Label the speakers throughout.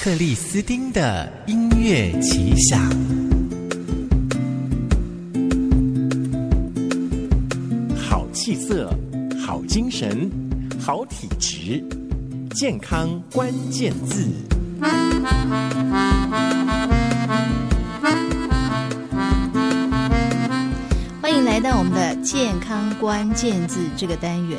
Speaker 1: 克里斯汀的音乐奇想。好气色，好精神，好体质，健康关键字。
Speaker 2: 欢迎来到我们的健康关键字这个单元。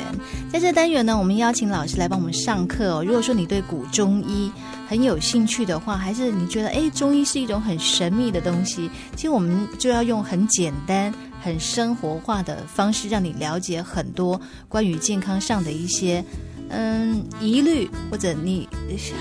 Speaker 2: 在这单元呢，我们邀请老师来帮我们上课哦。如果说你对古中医很有兴趣的话，还是你觉得诶中医是一种很神秘的东西，其实我们就要用很简单、很生活化的方式，让你了解很多关于健康上的一些。嗯，疑虑或者你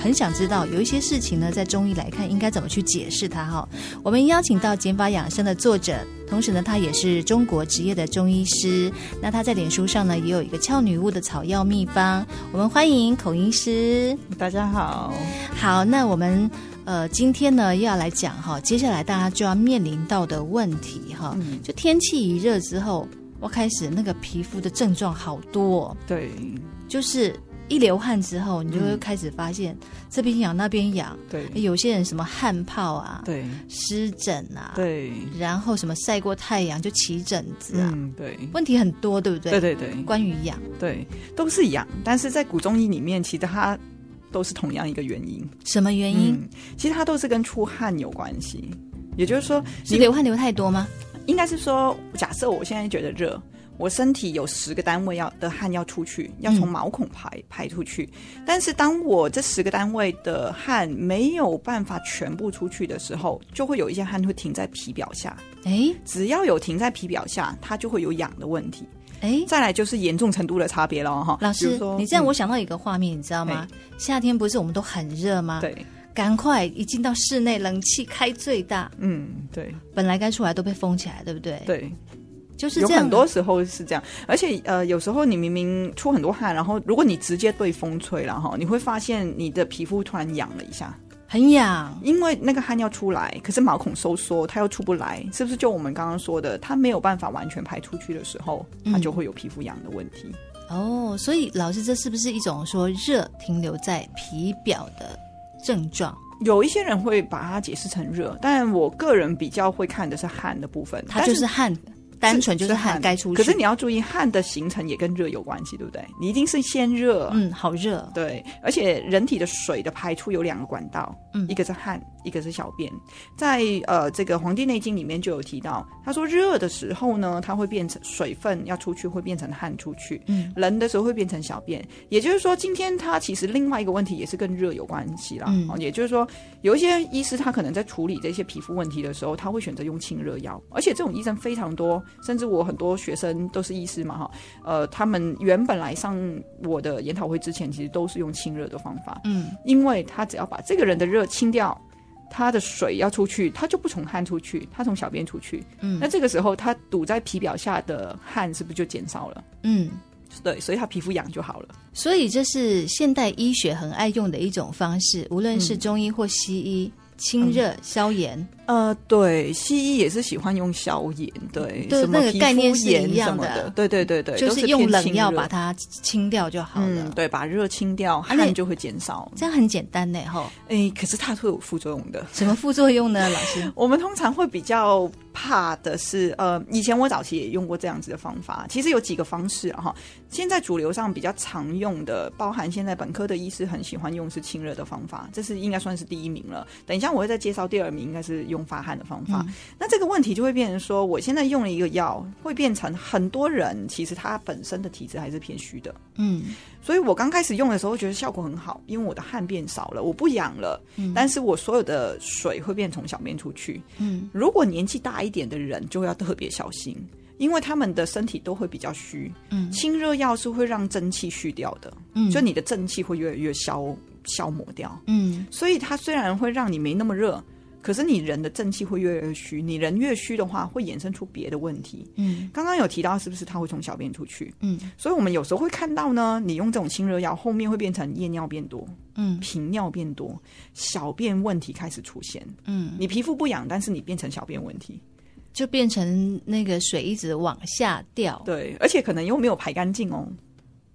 Speaker 2: 很想知道有一些事情呢，在中医来看应该怎么去解释它哦哈、我们邀请到《减法养生》的作者，同时呢，他也是中国职业的中医师。那他在脸书上呢，也有一个俏女巫的草药秘方。我们欢迎孔医师。
Speaker 3: 大家好，
Speaker 2: 好，那我们呃今天呢要来讲哈，接下来大家就要面临到的问题哈，
Speaker 3: 嗯
Speaker 2: 就天气一热之后，我开始那个皮肤的症状好多、哦，
Speaker 3: 对
Speaker 2: 就是一流汗之后，你就会开始发现、这边痒那边痒，
Speaker 3: 嗯对
Speaker 2: 有些人什么汗疱啊、
Speaker 3: 对
Speaker 2: 湿疹啊，
Speaker 3: 对，
Speaker 2: 然后什么晒过太阳就起疹子啊，
Speaker 3: 嗯对，
Speaker 2: 问题很多，对不对？
Speaker 3: 对对对
Speaker 2: 关于痒
Speaker 3: 对，都是痒，但是在古中医里面，其实它都是同样一个原因，
Speaker 2: 什么原因？
Speaker 3: 嗯，其实它都是跟出汗有关系。也就是说，
Speaker 2: 是
Speaker 3: 你
Speaker 2: 流汗流太多吗？
Speaker 3: 应该是说，假设我现在觉得热，我身体有十个单位要的汗要出去，要从
Speaker 2: 嗯
Speaker 3: 毛孔排排出去。但是当我这十个单位的汗没有办法全部出去的时候，就会有一些汗会停在皮表下。
Speaker 2: 哎
Speaker 3: 只要有停在皮表下，它就会有痒的问题。
Speaker 2: 哎，
Speaker 3: 再来就是严重程度的差别了哈。
Speaker 2: 老
Speaker 3: 比
Speaker 2: 师
Speaker 3: 如说，嗯
Speaker 2: 你这样我想到一个画面，你知道吗？夏天不是我们都很热吗？
Speaker 3: 嗯，对，
Speaker 2: 赶快一进到室内，冷气开最大，
Speaker 3: 嗯，对
Speaker 2: 本来该出来都被封起来，对不对？，
Speaker 3: 对，
Speaker 2: 哎就是
Speaker 3: 有
Speaker 2: 这样。
Speaker 3: 很多时候是这样，而且呃，有时候你明明出很多汗，然后如果你直接对风吹了哈，你会发现你的皮肤突然痒了一下，
Speaker 2: 很痒，
Speaker 3: 因为那个汗要出来，可是毛孔收缩，它又出不来，是不是就我们刚刚说的，它没有办法完全排出去的时候，它
Speaker 2: 嗯
Speaker 3: 就会有皮肤痒的问题。
Speaker 2: 哦，所以老师，这是不是一种说热停留在皮表的症状？
Speaker 3: 有一些人会把它解释成热，但我个人比较会看的是汗的部分，
Speaker 2: 它
Speaker 3: 但
Speaker 2: 就是汗，单纯就是汗该出去。
Speaker 3: 可是你要注意，汗的形成也跟热有关系，对不对？你一定是先热，
Speaker 2: 嗯，好热，
Speaker 3: 对，而且人体的水的排出有两个管道，
Speaker 2: 嗯
Speaker 3: 一个是汗，一个是小便。在呃这个《黄帝内经》里面就有提到，他说热的时候呢，它会变成水分要出去，会变成汗出去；
Speaker 2: 嗯，
Speaker 3: 冷的时候会变成小便。也就是说，今天它其实另外一个问题也是跟热有关系啦。
Speaker 2: 嗯
Speaker 3: 哦也就是说，有一些医师他可能在处理这些皮肤问题的时候，他会选择用清热药，而且这种医生非常多，甚至我很多学生都是医师嘛哈，呃，他们原本来上我的研讨会之前，其实都是用清热的方法，
Speaker 2: 嗯，
Speaker 3: 因为他只要把这个人的热清掉，他的水要出去，他就不从汗出去，他从小便出去，
Speaker 2: 嗯
Speaker 3: 那这个时候他堵在皮表下的汗是不是就减少了？
Speaker 2: 嗯。
Speaker 3: 对，所以他皮肤痒就好了。
Speaker 2: 所以这是现代医学很爱用的一种方式，无论
Speaker 3: 嗯
Speaker 2: 是中医或西医，清热消炎，
Speaker 3: 呃，对，西医也是喜欢用消炎，对，
Speaker 2: 对
Speaker 3: 什么
Speaker 2: 那个
Speaker 3: 皮
Speaker 2: 概
Speaker 3: 肤
Speaker 2: 念是
Speaker 3: 炎
Speaker 2: 一样
Speaker 3: 什么
Speaker 2: 的
Speaker 3: 的，对对对对，
Speaker 2: 就
Speaker 3: 都
Speaker 2: 是
Speaker 3: 是
Speaker 2: 用
Speaker 3: 偏
Speaker 2: 冷
Speaker 3: 清
Speaker 2: 药
Speaker 3: 热
Speaker 2: 把它清掉就好了。
Speaker 3: 嗯，对，把热清掉，
Speaker 2: 而且
Speaker 3: 汗就会减少。
Speaker 2: 这样很简单呢，吼。
Speaker 3: 哎，可是它会有副作用的。
Speaker 2: 什么副作用 呢，老师？
Speaker 3: 我们通常会比较怕的是，呃，以前我早期也用过这样子的方法。其实有几个方式啊哈、现在主流上比较常用的，包含现在本科的医师很喜欢用是清热的方法，这是应该算是第一名了。等一下我会再介绍第二名，应该是用发汗的方法。那这个问题就会变成说，我现在用了一个药，会变成很多人其实他本身的体质还是偏虚的。
Speaker 2: 嗯，
Speaker 3: 所以我刚开始用的时候觉得效果很好，因为我的汗变少了，我不痒了，
Speaker 2: 嗯
Speaker 3: 但是我所有的水会变从小便出去。
Speaker 2: 嗯，
Speaker 3: 如果年纪大一点的人就要特别小心，因为他们的身体都会比较虚。
Speaker 2: 嗯
Speaker 3: 清热药是会让蒸汽虚掉的，
Speaker 2: 嗯
Speaker 3: 就你的正气会越来越消消磨掉。
Speaker 2: 嗯
Speaker 3: 所以它虽然会让你没那么热，可是你人的正气会越来越虚。你人越虚的话，会衍生出别的问题。
Speaker 2: 嗯
Speaker 3: 刚刚有提到，是不是它会从小便出去？
Speaker 2: 嗯
Speaker 3: 所以我们有时候会看到呢，你用这种清热药，后面会变成夜尿变多、
Speaker 2: 嗯
Speaker 3: 频尿变多、小便问题开始出现。
Speaker 2: 嗯，
Speaker 3: 你皮肤不痒，但是你变成小便问题，
Speaker 2: 就变成那个水一直往下掉。
Speaker 3: 对，而且可能又没有排干净哦。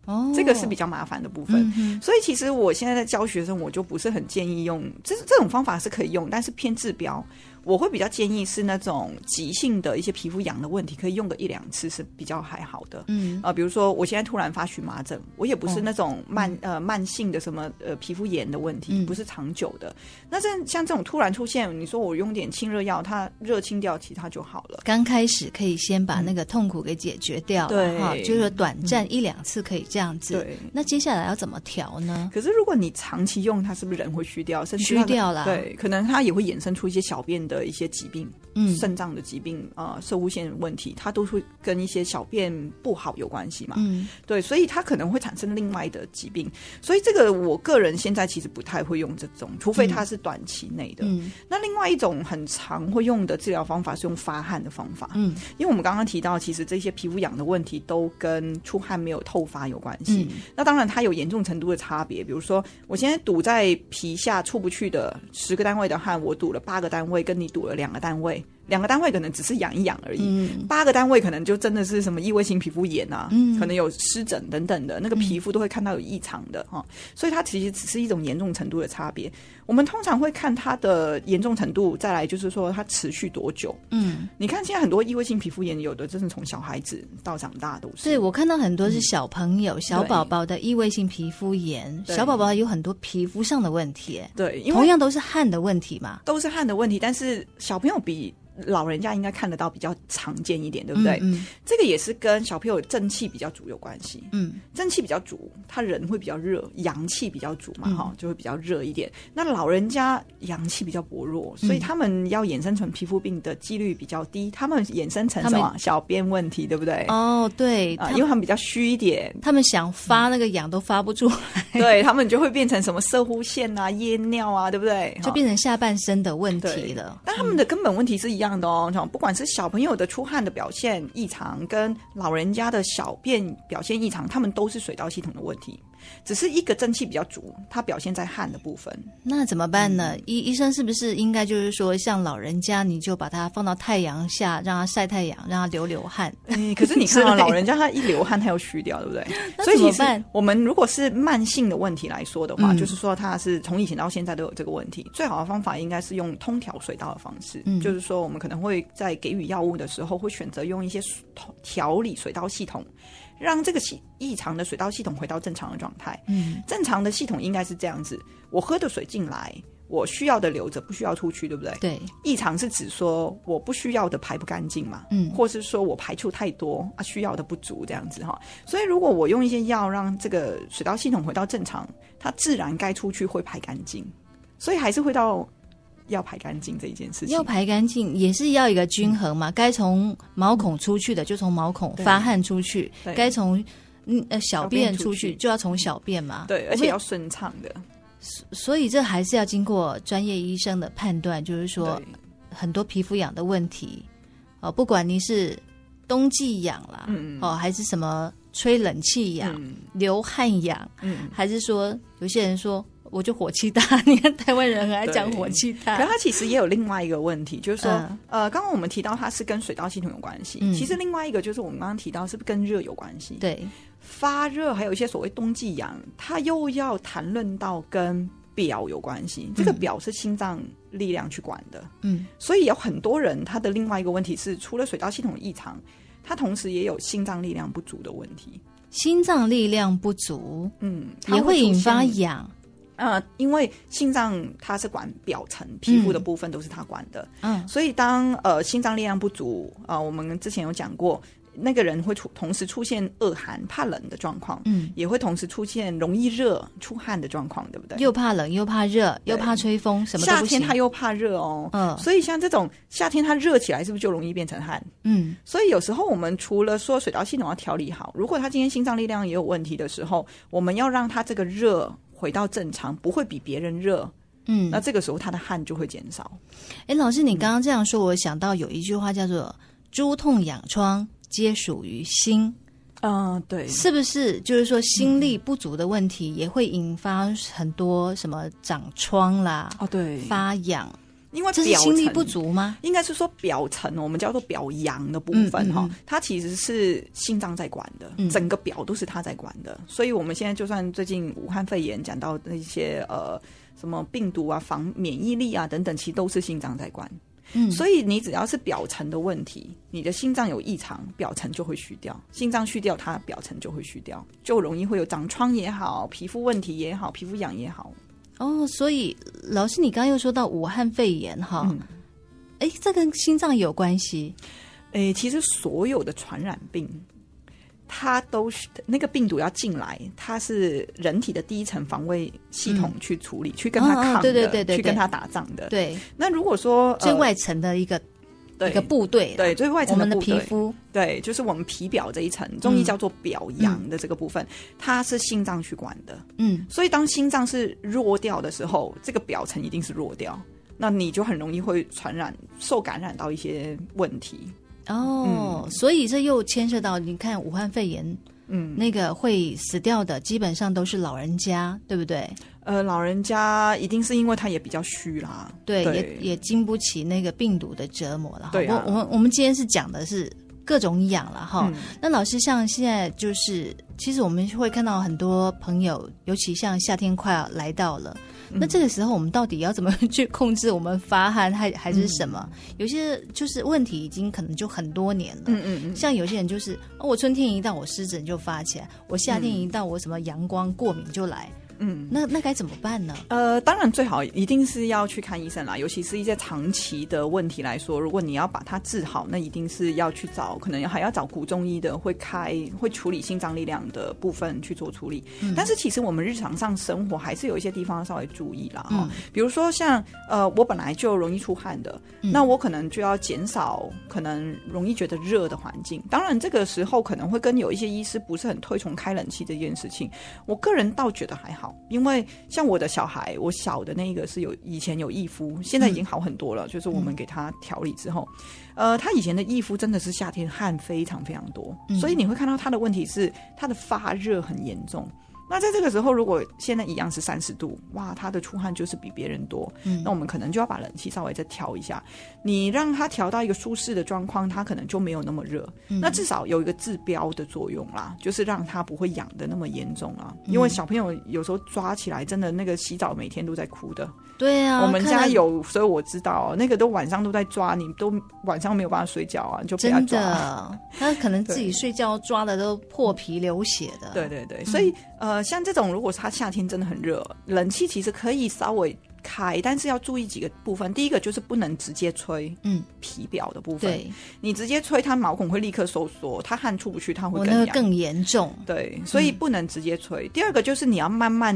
Speaker 2: 哦，
Speaker 3: 这个是比较麻烦的部分。
Speaker 2: 嗯哼
Speaker 3: 所以其实我现在在教学生，我就不是很建议用这这种方法是可以用，但是偏治标。我会比较建议是那种急性的一些皮肤痒的问题，可以用个一两次是比较还好的。
Speaker 2: 嗯哦
Speaker 3: 啊、比如说我现在突然发荨麻疹，我也不是那种慢、呃慢性的什么呃皮肤炎的问题，
Speaker 2: 嗯
Speaker 3: 不是长久的。那这像这种突然出现，你说我用点清热药，它热清掉，其他就好了。
Speaker 2: 刚开始可以先把那个痛苦给解决掉了，
Speaker 3: 嗯对嗯
Speaker 2: 哈，就是短暂一两次可以这样子。
Speaker 3: 对，
Speaker 2: 那接下来要怎么调呢？
Speaker 3: 可是如果你长期用它，是不是人会虚掉？甚至
Speaker 2: 虚
Speaker 3: 它的
Speaker 2: 掉啦
Speaker 3: 对，可能它也会衍生出一些小便的一些疾病，
Speaker 2: 嗯
Speaker 3: 肾脏的疾病啊、呃射物腺问题，它都会跟一些小便不好有关系嘛。
Speaker 2: 嗯，
Speaker 3: 对，所以它可能会产生另外的疾病。所以这个我个人现在其实不太会用这种，除非它是短期内的。
Speaker 2: 嗯
Speaker 3: 那另外一种很常会用的治疗方法是用发汗的方法，
Speaker 2: 嗯，
Speaker 3: 因为我们刚刚提到，其实这些皮肤痒的问题都跟出汗没有透发有关系。
Speaker 2: 嗯
Speaker 3: 那当然，它有严重程度的差别。比如说，我现在堵在皮下出不去的十个单位的汗，我堵了八个单位，跟你堵了两个单位，两个单位可能只是痒一痒而已。
Speaker 2: 嗯
Speaker 3: 八个单位可能就真的是什么异位性皮肤炎啊，
Speaker 2: 嗯
Speaker 3: 可能有湿疹等等的，那个皮肤都会看到有异常的哈、所以它其实只是一种严重程度的差别。我们通常会看它的严重程度，再来就是说它持续多久。
Speaker 2: 嗯，
Speaker 3: 你看现在很多异位性皮肤炎，有的真的从小孩子到长大都
Speaker 2: 对
Speaker 3: 是。
Speaker 2: 我看到很多是小朋友、小宝宝的异位性皮肤炎，
Speaker 3: 对
Speaker 2: 小宝宝有很多皮肤上的问题，
Speaker 3: 对，因
Speaker 2: 同
Speaker 3: 为
Speaker 2: 样都是汗的问题嘛，
Speaker 3: 都是汗的问题，但是小朋友比老人家应该看得到比较常见一点，对不对？
Speaker 2: 嗯
Speaker 3: 这个也是跟小朋友正气比较足有关系。
Speaker 2: 嗯
Speaker 3: 蒸汽比较足，他人会比较热，阳气比较足
Speaker 2: 嗯
Speaker 3: 嘛，哈、就会比较热一点。那老人家阳气比较薄弱，所以他们要衍生成皮肤病的几率比较低。他们衍生成
Speaker 2: 他
Speaker 3: 什
Speaker 2: 们
Speaker 3: 么小便问题，对不对？
Speaker 2: 嗯，哦，对，
Speaker 3: 啊，
Speaker 2: 他
Speaker 3: 因为他们比较虚一 点，
Speaker 2: 他们想发那个痒都发不出来，
Speaker 3: 嗯对他们就会变成什么射护腺啊、夜尿啊，对不对？哈
Speaker 2: 就变成下半身的问题
Speaker 3: 对
Speaker 2: 了。
Speaker 3: 但他们的根本问题是一样的哦，哈不管是小朋友的出汗的表现异常，跟老人家的小便表现异常，他们都是水道系统的问题，只是一个蒸汽比较足，它表现在汗的部分。
Speaker 2: 那怎么办呢？
Speaker 3: 嗯
Speaker 2: 医医生是不是应该就是说，像老人家，你就把他放到太阳下，让他晒太阳，让他流流 汗。
Speaker 3: 嗯，可是你看
Speaker 2: 之
Speaker 3: 到
Speaker 2: 类的
Speaker 3: 老人家他一流汗，他又虚掉，对不对？
Speaker 2: 那
Speaker 3: 所以
Speaker 2: 怎么
Speaker 3: 其实
Speaker 2: 办
Speaker 3: 我们如果是慢性的问题来说的话，
Speaker 2: 嗯
Speaker 3: 就是说他是从以前到现在都有这个问题，最好的方法应该是用通调水道的方式，
Speaker 2: 嗯
Speaker 3: 就是说我们可能会在给予药物的时候，会选择用一些水调理水道系统，让这个系异常的水道系统回到正常的状态。
Speaker 2: 嗯
Speaker 3: 正常的系统应该是这样子：我喝的水进来，我需要的留着，不需要出去，对不对？
Speaker 2: 对，
Speaker 3: 异常是指说我不需要的排不干净嘛，
Speaker 2: 嗯
Speaker 3: 或是说我排出太多啊，需要的不足这样子哈。所以如果我用一些药让这个水道系统回到正常，它自然该出去会排干净，所以还是会到要排干净这一件事情嗯
Speaker 2: 要。排干净也是要一个均衡嘛，该从毛孔出去的就从毛孔
Speaker 3: 对
Speaker 2: 发汗出去，
Speaker 3: 对
Speaker 2: 该从。嗯呃，小便
Speaker 3: 便出
Speaker 2: 出去
Speaker 3: 去
Speaker 2: 就要从小便嘛，
Speaker 3: 对，而且要顺畅的，
Speaker 2: 所以这还是要经过专业医生的判断，就是说
Speaker 3: 对
Speaker 2: 很多皮肤痒的问题，哦，不管你是冬季痒啦，
Speaker 3: 嗯
Speaker 2: 哦，还是什么吹冷气痒、
Speaker 3: 嗯
Speaker 2: 流汗痒，
Speaker 3: 嗯。
Speaker 2: 还是说有些人说我就火气大， 你看台湾人很爱讲火气
Speaker 3: 可
Speaker 2: 大，
Speaker 3: 它其实也有另外一个问题，就是说，
Speaker 2: 嗯
Speaker 3: 呃，刚刚我们提到它是跟水道系统有关系，
Speaker 2: 嗯
Speaker 3: 其实另外一个就是我们刚刚提到是不是跟热有关系？
Speaker 2: 对，
Speaker 3: 发热，还有一些所谓冬季痒，它又要谈论到跟表有关系。这个表是心脏力量去管的，
Speaker 2: 嗯
Speaker 3: 所以有很多人他的另外一个问题是，除了水道系统异常，他同时也有心脏力量不足的问题。
Speaker 2: 心脏力量不足
Speaker 3: 嗯，它
Speaker 2: 也会
Speaker 3: 出现
Speaker 2: 引发痒，
Speaker 3: 呃，因为心脏它是管表层皮肤的部分都是它管的，
Speaker 2: 嗯
Speaker 3: 所以当呃心脏力量不足，呃，我们之前有讲过，那个人会出同时出现恶寒、怕冷的状况，
Speaker 2: 嗯，
Speaker 3: 也会同时出现容易热、出汗的状况，对不对？
Speaker 2: 又怕冷又怕热又
Speaker 3: 对
Speaker 2: 怕吹风，什么都
Speaker 3: 夏
Speaker 2: 不
Speaker 3: 天
Speaker 2: 行，
Speaker 3: 他又怕热哦，
Speaker 2: 嗯
Speaker 3: 所以像这种夏天它热起来，是不是就容易变成汗？
Speaker 2: 嗯
Speaker 3: 所以有时候我们除了说水道系统要调理好，如果他今天心脏力量也有问题的时候，我们要让他这个热回到正常，不会比别人热，
Speaker 2: 嗯
Speaker 3: 那这嗯个时候他的汗就会减少。
Speaker 2: 哎，老师，你刚刚这样说，我想到有一句话叫做“诸痛痒疮皆属于心
Speaker 3: 嗯、
Speaker 2: 啊
Speaker 3: 对”，
Speaker 2: 是不是？就是说心力不足的问题也会引发很多什么长疮啦、
Speaker 3: 哦，对，
Speaker 2: 发痒，
Speaker 3: 因为
Speaker 2: 这是
Speaker 3: 表
Speaker 2: 心力
Speaker 3: 层
Speaker 2: 不足吗？
Speaker 3: 应该是说表层，我们叫做表阳的部
Speaker 2: 嗯
Speaker 3: 分
Speaker 2: 嗯
Speaker 3: 哈、
Speaker 2: 嗯
Speaker 3: 它其实是心脏在管的，
Speaker 2: 嗯
Speaker 3: 整个表都是它在管的。所以我们现在就算最近武汉肺炎讲到那些呃什么病毒啊、防免疫力啊等等，其实都是心脏在管。
Speaker 2: 嗯，
Speaker 3: 所以你只要是表层的问题，你的心脏有异常，表层就会虚掉，心脏虚掉，它表层就会虚掉，就容易会有长疮也好，皮肤问题也好，皮肤痒也好，
Speaker 2: 哦，所以老师，你刚刚又说到武汉肺炎哈
Speaker 3: 嗯，
Speaker 2: 哎、这跟心脏也有关系，
Speaker 3: 诶，其实所有的传染病，它都是那个病毒要进来，它是人体的第一层防卫系统去处理，去跟
Speaker 2: 嗯
Speaker 3: 它
Speaker 2: 嗯
Speaker 3: 抗的，
Speaker 2: 嗯对对对对
Speaker 3: 去
Speaker 2: 对
Speaker 3: 跟它打仗的。
Speaker 2: 对，
Speaker 3: 那如果说
Speaker 2: 最
Speaker 3: 呃
Speaker 2: 外层的一个、
Speaker 3: 对
Speaker 2: 一个部队啦，
Speaker 3: 对最外
Speaker 2: 我
Speaker 3: 层
Speaker 2: 们
Speaker 3: 的
Speaker 2: 的
Speaker 3: 部
Speaker 2: 皮
Speaker 3: 队，
Speaker 2: 肤，嗯
Speaker 3: 对，就是我们皮表这一层，中医叫做表阳的这个部分，它是心脏去管的。
Speaker 2: 嗯，
Speaker 3: 所以当心脏是弱掉的时候，这个表层一定是弱掉，那你就很容易会传染、受感染到一些问题。
Speaker 2: 哦，所以这又牵涉到你看武汉肺炎
Speaker 3: 嗯，
Speaker 2: 那个会死掉的，基本上都是老人家，对不对？
Speaker 3: 呃，老人家一定是因为他也比较虚啦，
Speaker 2: 对，
Speaker 3: 对
Speaker 2: 也也经不起那个病毒的折磨了哈。
Speaker 3: 对啊
Speaker 2: 我我们我们今天是讲的是各种痒了哈。
Speaker 3: 嗯
Speaker 2: 那老师，像现在就是，其实我们会看到很多朋友，尤其像夏天快要来到了，
Speaker 3: 嗯
Speaker 2: 那这个时候我们到底要怎么去控制我们发汗，还还是什么？有些就是问题已经可能就很多年了。
Speaker 3: 嗯嗯嗯，
Speaker 2: 像有些人就是，哦我春天一到我湿疹就发起来，我夏天一到我什么阳光过敏就来，
Speaker 3: 嗯，
Speaker 2: 那那该怎么办呢？
Speaker 3: 呃，当然最好一定是要去看医生啦，尤其是一些长期的问题来说，如果你要把它治好，那一定是要去找，可能还要找古中医的，会开会处理心脏力量的部分去做处理。但是其实我们日常上生活还是有一些地方要稍微注意啦，哈、
Speaker 2: 嗯
Speaker 3: 比如说像呃，我本来就容易出汗的，那我可能就要减少可能容易觉得热的环境。当然，这个时候可能会跟有一些医师不是很推崇开冷气这件事情。我个人倒觉得还好，因为像我的小孩，我小的那一个是有以前有义夫，现在已经好很多了，就是我们给他调理之后，呃，他以前的义夫真的是夏天汗非常非常多，所以你会看到他的问题是他的发热很严重。那在这个时候，如果现在一样是三十度，哇，他的出汗就是比别人多，那我们可能就要把冷气稍微再调一下。你让他调到一个舒适的状况，他可能就没有那么热，
Speaker 2: 嗯
Speaker 3: 那至少有一个治标的作用啦，就是让他不会痒的那么严重啦。
Speaker 2: 嗯
Speaker 3: 因为小朋友有时候抓起来，真的那个洗澡每天都在哭的，
Speaker 2: 对啊，
Speaker 3: 我们
Speaker 2: 看
Speaker 3: 家
Speaker 2: 了
Speaker 3: 有，所以我知道啊那个都晚上都在抓，你都晚上没有办法睡觉啊，你就被他
Speaker 2: 真
Speaker 3: 抓。
Speaker 2: 的，嗯他可能自己睡觉抓的都破皮流血的。
Speaker 3: 对，对对，所以、呃，像这种如果是它夏天真的很热，冷气其实可以稍微开，但是要注意几个部分。第一个就是不能直接吹
Speaker 2: 嗯，
Speaker 3: 皮表的部分，
Speaker 2: 对
Speaker 3: 你直接吹它毛孔会立刻收缩，它汗出不去，它会
Speaker 2: 我
Speaker 3: 更
Speaker 2: 那个
Speaker 3: 痒。
Speaker 2: 更严重。
Speaker 3: 对，所
Speaker 2: 嗯
Speaker 3: 以不能直接吹。第二个就是你要慢慢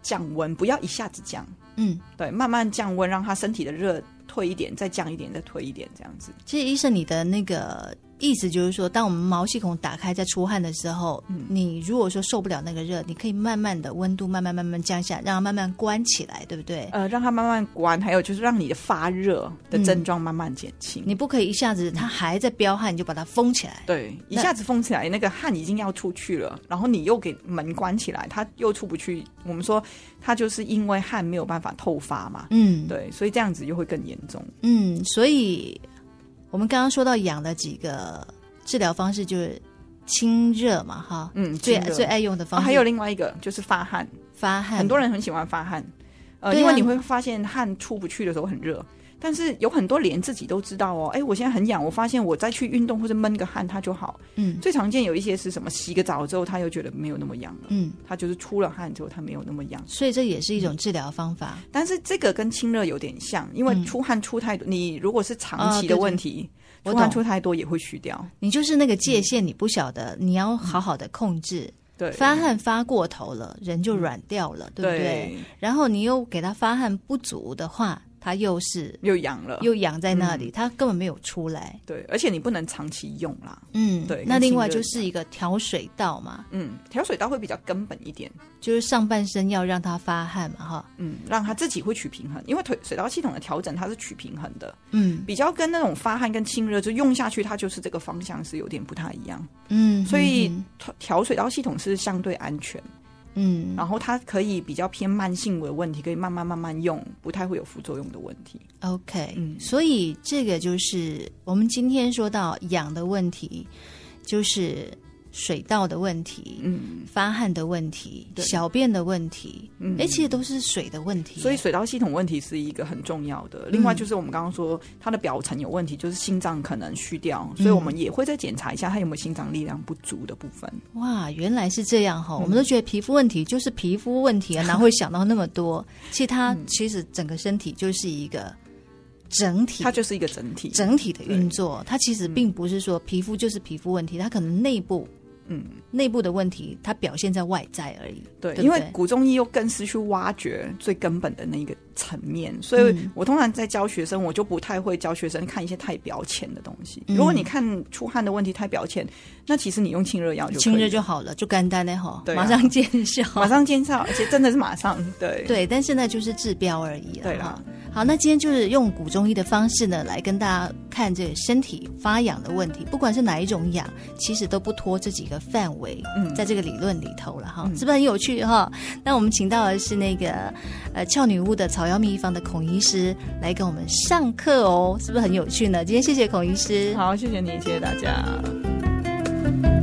Speaker 3: 降温，不要一下子降，
Speaker 2: 嗯，
Speaker 3: 对，慢慢降温，让它身体的热退一点，再降一点，再退一点，这样子。
Speaker 2: 其实医生，你的那个意思就是说，当我们毛细孔打开在出汗的时候，你如果说受不了那个热，你可以慢慢的温度慢慢慢慢降下，让它慢慢关起来，对不对？
Speaker 3: 呃，让它慢慢关，还有就是让你的发热的
Speaker 2: 嗯
Speaker 3: 症状慢慢减轻。
Speaker 2: 你不可以一下子它还在飙汗，你就把它封起来。
Speaker 3: 对，一
Speaker 2: 那
Speaker 3: 下子封起来，那个汗已经要出去了，然后你又给门关起来，它又出不去。我们说它就是因为汗没有办法透发嘛，
Speaker 2: 嗯，
Speaker 3: 对，所以这样子又会更严重。
Speaker 2: 嗯，所以我们刚刚说到痒的几个治疗方式就是清热嘛，哈，
Speaker 3: 嗯
Speaker 2: 最
Speaker 3: 清热
Speaker 2: 最爱用的
Speaker 3: 哦，
Speaker 2: 方式、
Speaker 3: 还有另外一个就是发汗，
Speaker 2: 发汗，
Speaker 3: 很多人很喜欢发汗，呃，
Speaker 2: 嗯对啊
Speaker 3: 因为你会发现汗出不去的时候很热。但是有很多连自己都知道哦，哎，我现在很痒，我发现我再去运动或者闷个汗，它就好。
Speaker 2: 嗯
Speaker 3: 最常见有一些是什么，洗个澡之后，他又觉得没有那么痒了，
Speaker 2: 嗯，
Speaker 3: 他就是出了汗之后，他没有那么痒。
Speaker 2: 所以这也是一种治疗方法。
Speaker 3: 但是这个跟清热有点像，因为出汗出太多，你如果是长期的问题，
Speaker 2: 嗯哦对对
Speaker 3: 出汗出太多也会虚掉。
Speaker 2: 你就是那个界限，你不晓得，你要好好的控制。
Speaker 3: 对，
Speaker 2: 发汗发过头了，人就软掉了，对不对？
Speaker 3: 嗯对
Speaker 2: 然后你又给他发汗不足的话，他又是
Speaker 3: 又痒了，
Speaker 2: 又养在那
Speaker 3: 嗯
Speaker 2: 里，他根本没有出来。
Speaker 3: 对，而且你不能长期用啦。
Speaker 2: 嗯，
Speaker 3: 对
Speaker 2: 那
Speaker 3: 跟
Speaker 2: 另
Speaker 3: 清
Speaker 2: 外
Speaker 3: 热
Speaker 2: 就
Speaker 3: 一
Speaker 2: 是一个调水道嘛，
Speaker 3: 嗯，调水道会比较根本一点，
Speaker 2: 就是上半身要让它发汗嘛，哈，
Speaker 3: 嗯，让它自己会取平衡，因为腿水道系统的调整它是取平衡的，
Speaker 2: 嗯
Speaker 3: 比较跟那种发汗跟清热就用下去，它就是这个方向是有点不太一样，
Speaker 2: 嗯，
Speaker 3: 所以
Speaker 2: 嗯
Speaker 3: 调调水道系统是相对安全。
Speaker 2: 嗯，
Speaker 3: 然后它可以比较偏慢性的问题，可以慢慢慢慢用，不太会有副作用的问题。
Speaker 2: OK，、
Speaker 3: 嗯
Speaker 2: 所以这个就是我们今天说到痒的问题，就是水道的问题、
Speaker 3: 嗯
Speaker 2: 发汗的问题、
Speaker 3: 对
Speaker 2: 小便的问题，
Speaker 3: 嗯
Speaker 2: 哎、其实都是水的问题。
Speaker 3: 所以水道系统问题是一个很重要的。另外就是我们刚刚说它的表层有问题，就是心脏可能虚掉，所以我们也会再检查一下它有没有心脏力量不足的部分。
Speaker 2: 哇，原来是这样哈、
Speaker 3: 嗯
Speaker 2: 我们都觉得皮肤问题就是皮肤问 题啊，哪会想到那么多？其实它
Speaker 3: 嗯
Speaker 2: 其实整个身体就是一个整体，
Speaker 3: 它就是一个整体。
Speaker 2: 整体的运作，它其实并不是说皮肤就是皮肤问题，它可能内部
Speaker 3: 嗯，
Speaker 2: 内部的问题，它表现在外在而已。
Speaker 3: 对，
Speaker 2: 对不
Speaker 3: 因为
Speaker 2: 对
Speaker 3: 古中医又更是去挖掘最根本的那一个层面，所
Speaker 2: 嗯
Speaker 3: 以我通常在教学生，我就不太会教学生看一些太表浅的东西。
Speaker 2: 嗯
Speaker 3: 如果你看出汗的问题太表浅，那其实你用清热药就可以
Speaker 2: 清热就好了，就干单嘞吼，
Speaker 3: 对啊
Speaker 2: 马上见效。
Speaker 3: 马上见效，而且真的是马上，对
Speaker 2: 对，但是呢，就是治标而已了。啊
Speaker 3: 对
Speaker 2: 哈
Speaker 3: 啦。
Speaker 2: 好，那今天就是用古中医的方式呢，来跟大家看这个身体发痒的问题，不管是哪一种痒，其实都不脱这几个范围，
Speaker 3: 嗯
Speaker 2: 在这个理论里头了哈，
Speaker 3: 嗯
Speaker 2: 是不是很有趣哈？那我们请到的是那个呃俏女巫的草药秘方的孔医师来跟我们上课哦，是不是很有趣呢？今天谢谢孔医师，
Speaker 3: 好，谢谢你，谢谢大家。